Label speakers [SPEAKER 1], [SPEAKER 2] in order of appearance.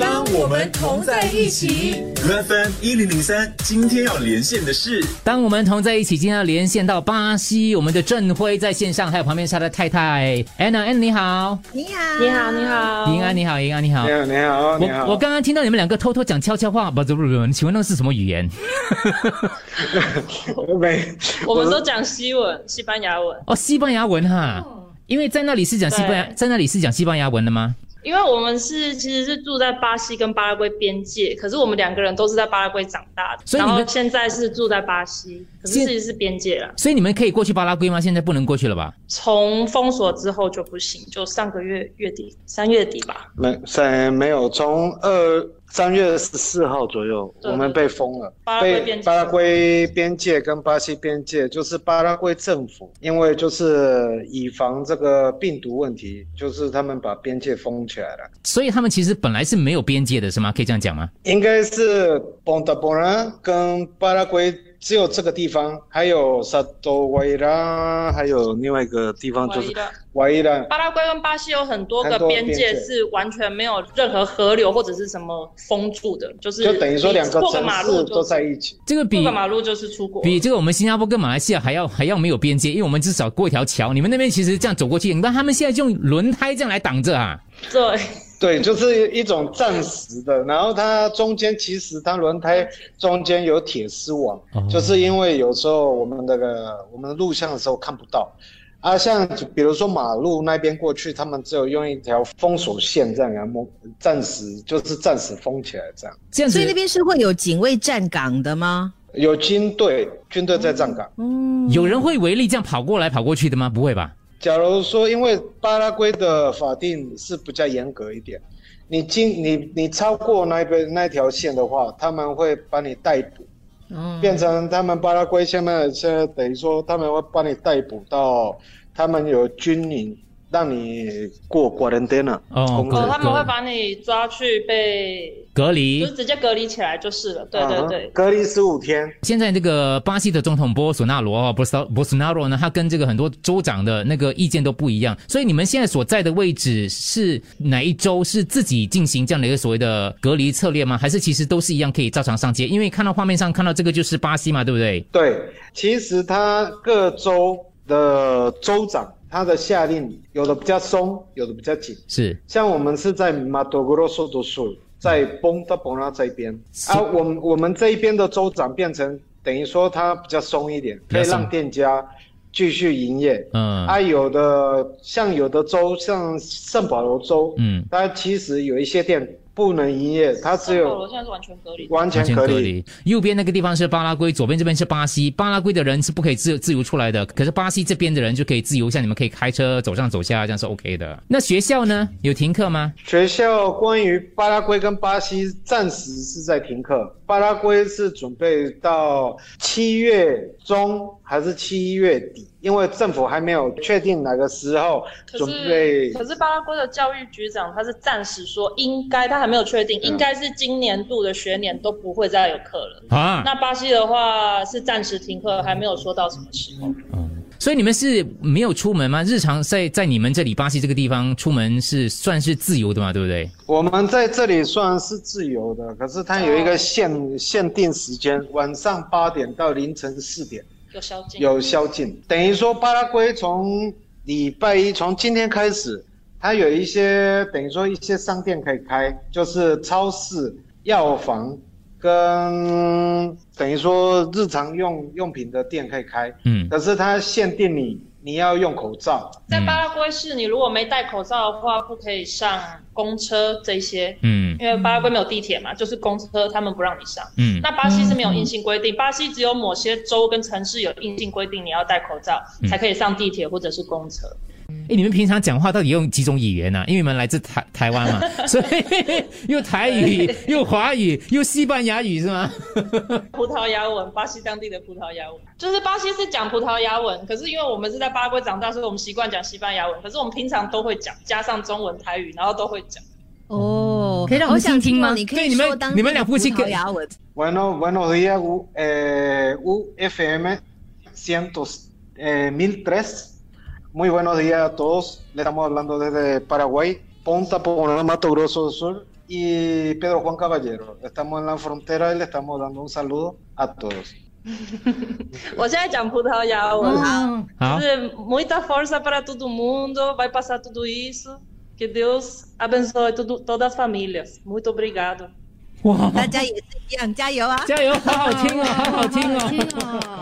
[SPEAKER 1] 我们同在一起。
[SPEAKER 2] FM 一零零三，今天要连线的是
[SPEAKER 3] 当我们同在一起，今天要连线到巴西，我们的郑辉在线上，还有旁边是他的太太 Anna。Anna 你好，
[SPEAKER 1] 你好，
[SPEAKER 4] 你好，你好，
[SPEAKER 3] 平安你好，平安你好
[SPEAKER 5] 你。好，你好，你好。
[SPEAKER 3] 我我刚刚听到你们两个偷偷讲悄悄话，不不不不，请问那是什么语言？
[SPEAKER 4] 哦
[SPEAKER 5] 我没，
[SPEAKER 4] 我们都讲西文，西班牙文，
[SPEAKER 3] 哦，西班牙文哈，因为在那里是讲西班牙，
[SPEAKER 4] 哦对
[SPEAKER 3] 在那里是讲西班牙文的吗？
[SPEAKER 4] 因为我们是其实是住在巴西跟巴拉圭边界，可是我们两个人都是在巴拉圭长大的，
[SPEAKER 3] 所以
[SPEAKER 4] 然
[SPEAKER 3] 你们
[SPEAKER 4] 后现在是住在巴西，可是
[SPEAKER 3] 现
[SPEAKER 4] 其实是边界了。
[SPEAKER 3] 所以你们可以过去巴拉圭吗？现在不能过去了吧？
[SPEAKER 4] 从封锁之后就不行，就上个月月底，三月底吧。
[SPEAKER 5] 没在没有，从二三月十四号左右，
[SPEAKER 4] 对
[SPEAKER 5] 我们被封了
[SPEAKER 4] 巴拉，圭边
[SPEAKER 5] 被
[SPEAKER 4] 界
[SPEAKER 5] 巴拉圭边界跟巴西边界，就是巴拉圭政府，因为就是以防这个病毒问题，就是他们把边界封起来了。
[SPEAKER 3] 所以他们其实本来是没有边界的，是吗？可以这样讲吗？
[SPEAKER 5] 应该是 b o n t a b o r a 跟巴拉圭只有这个地方，还有萨多瓦伊拉，还有另外一个地方啊就是
[SPEAKER 4] 巴拉圭
[SPEAKER 5] 瓦伊拉。
[SPEAKER 4] 巴拉圭跟巴西有很多个
[SPEAKER 5] 很多
[SPEAKER 4] 边界
[SPEAKER 5] 边界
[SPEAKER 4] 是完全没有任何河流或者是什么封住的，就是
[SPEAKER 5] 就等于说两个
[SPEAKER 4] 你过
[SPEAKER 5] 城
[SPEAKER 4] 马路
[SPEAKER 5] 市
[SPEAKER 4] 就
[SPEAKER 5] 都在一起。
[SPEAKER 3] 这个比
[SPEAKER 4] 过个马路就是出国了，
[SPEAKER 3] 比这个我们新加坡跟马来西亚还要还要没有边界，因为我们至少过一条桥。你们那边其实这样走过去，你看他们现在就用轮胎这样来挡着啊。
[SPEAKER 4] 对。
[SPEAKER 5] 对，就是一种暂时的，然后它中间其实它轮胎中间有铁丝网，
[SPEAKER 3] 哦
[SPEAKER 5] 就是因为有时候我们那个我们录像的时候看不到，啊，像比如说马路那边过去，他们只有用一条封锁线这样，然后暂时就是暂时封起来这样。
[SPEAKER 3] 这样子
[SPEAKER 1] 所以那边是会有警卫站岗的吗？
[SPEAKER 5] 有军队，军队在站岗。
[SPEAKER 1] 嗯，
[SPEAKER 3] 有人会违例这样跑过来跑过去的吗？不会吧？
[SPEAKER 5] 假如说，因为巴拉圭的法定是比较严格一点，你经你你超过那边那条线的话，他们会把你逮捕，
[SPEAKER 1] 嗯
[SPEAKER 5] 变成他们巴拉圭现在现在等于说他们会把你逮捕到，他们有军营让你过 quarantena，
[SPEAKER 3] 哦
[SPEAKER 5] 从
[SPEAKER 3] 隔
[SPEAKER 4] 哦，
[SPEAKER 5] 这
[SPEAKER 4] 他们
[SPEAKER 3] 隔
[SPEAKER 4] 会把你抓去被，
[SPEAKER 3] 隔
[SPEAKER 4] 就
[SPEAKER 3] 离
[SPEAKER 4] 是。直接隔离起来就是了。哦对对对
[SPEAKER 5] 啊，隔离十五天。
[SPEAKER 3] 现在这个巴西的总统波索纳罗哦，波索波索纳罗呢，他跟这个很多州长的那个意见都不一样。所以你们现在所在的位置是哪一州？是自己进行这样的一个所谓的隔离策略吗？还是其实都是一样可以照常上街？因为看到画面上看到这个就是巴西嘛，对不对？
[SPEAKER 5] 对，其实他各州的州长他的下令有的比较松，有的比较紧。
[SPEAKER 3] 是
[SPEAKER 5] 像我们是在马多格罗索多数，在崩的崩拉这一边
[SPEAKER 3] 是
[SPEAKER 5] 啊，我们我们这一边的州长变成等于说他比较松一点，
[SPEAKER 3] 比较
[SPEAKER 5] 可以
[SPEAKER 3] 松
[SPEAKER 5] 让店家继续营业。
[SPEAKER 3] 嗯
[SPEAKER 5] 啊，有的像有的州，像圣保罗州，
[SPEAKER 3] 嗯
[SPEAKER 5] 它其实有一些店不能营业，它只
[SPEAKER 4] 圣保罗
[SPEAKER 5] 有
[SPEAKER 4] 哦现在是完全隔离。
[SPEAKER 5] 完全
[SPEAKER 3] 完全
[SPEAKER 5] 可
[SPEAKER 3] 隔
[SPEAKER 5] 以。
[SPEAKER 3] 离。右边那个地方是巴拉圭，左边这边是巴西。巴拉圭的人是不可以自自由出来的，可是巴西这边的人就可以自由，像你们可以开车走上走下，这样是 OK 的。那学校呢？有停课吗？
[SPEAKER 5] 学校关于巴拉圭跟巴西暂时是在停课，巴拉圭是准备到七月中还是七月底，因为政府还没有确定哪个时候
[SPEAKER 4] 可
[SPEAKER 5] 准备
[SPEAKER 4] 是，可是巴拉圭的教育局长他是暂时说应该，他还没有确
[SPEAKER 5] 嗯
[SPEAKER 4] 定，应该是今年度的学年都不会再有课了。
[SPEAKER 3] 啊，
[SPEAKER 4] 那巴西的话是暂时停课，还没有说到什么时候。
[SPEAKER 3] 所以你们是没有出门吗？日常在在你们这里巴西这个地方出门是算是自由的嘛，对不对？
[SPEAKER 5] 我们在这里虽然是自由的，可是它有一个限限定时间，晚上八点到凌晨四点
[SPEAKER 4] 有宵禁，
[SPEAKER 5] 有宵禁，等于说巴拉圭从礼拜一从今天开始，它有一些等于说一些商店可以开，就是超市、药房跟等于说日常用用品的店可以开，
[SPEAKER 3] 嗯，
[SPEAKER 5] 可是它限定你你要用口罩，
[SPEAKER 4] 在巴拉圭市，你如果没戴口罩的话，不可以上公车这些，
[SPEAKER 3] 嗯
[SPEAKER 4] 因为巴拉圭没有地铁嘛，就是公车他们不让你上。
[SPEAKER 3] 嗯
[SPEAKER 4] 那巴西是没有硬性规定，巴西只有某些州跟城市有硬性规定，你要戴口罩
[SPEAKER 3] 嗯
[SPEAKER 4] 才可以上地铁或者是公车。
[SPEAKER 3] 诶，你们平常讲话到底用几种语言呢、啊因为你们来自台台湾 嘛，所以又台语又华语又西班牙语是吗？
[SPEAKER 4] 葡萄牙文，巴西当地的葡萄牙文，就是巴西是讲葡萄牙文，可是因为我们是在巴拉圭长大，所以我们习惯讲西班牙文，可是我们平常都会讲，加上中文、台语，然后都会讲。
[SPEAKER 1] 哦，
[SPEAKER 6] 可以让我们
[SPEAKER 1] 好想
[SPEAKER 6] 听听吗
[SPEAKER 1] 哦你可
[SPEAKER 3] 对
[SPEAKER 1] 以
[SPEAKER 3] 你们
[SPEAKER 1] 说当
[SPEAKER 3] 你们俩
[SPEAKER 1] 地
[SPEAKER 3] 夫妻
[SPEAKER 1] 葡萄
[SPEAKER 3] 可以
[SPEAKER 1] 牙文
[SPEAKER 5] Bueno, buenos días, U- eh, UFM 100, eh, 1003. Muy buenos días a todos. Le estamos hablando desde Paraguay, Punta Pomona, Mato Grosso del Sur. y Pedro Juan Caballero. Estamos en la frontera y le estamos dando un saludo a todos.
[SPEAKER 4] 我现在讲葡萄牙文，
[SPEAKER 3] 好
[SPEAKER 4] 就，是 muita força para todo mundo, vai passar tudo isso. Que Deus abençoe tudo, todas as famílias. Muito obrigado.
[SPEAKER 3] 哇，
[SPEAKER 1] 大家也是一样，加油啊！
[SPEAKER 3] 加油，好好听哦，好好听哦。
[SPEAKER 6] 哦，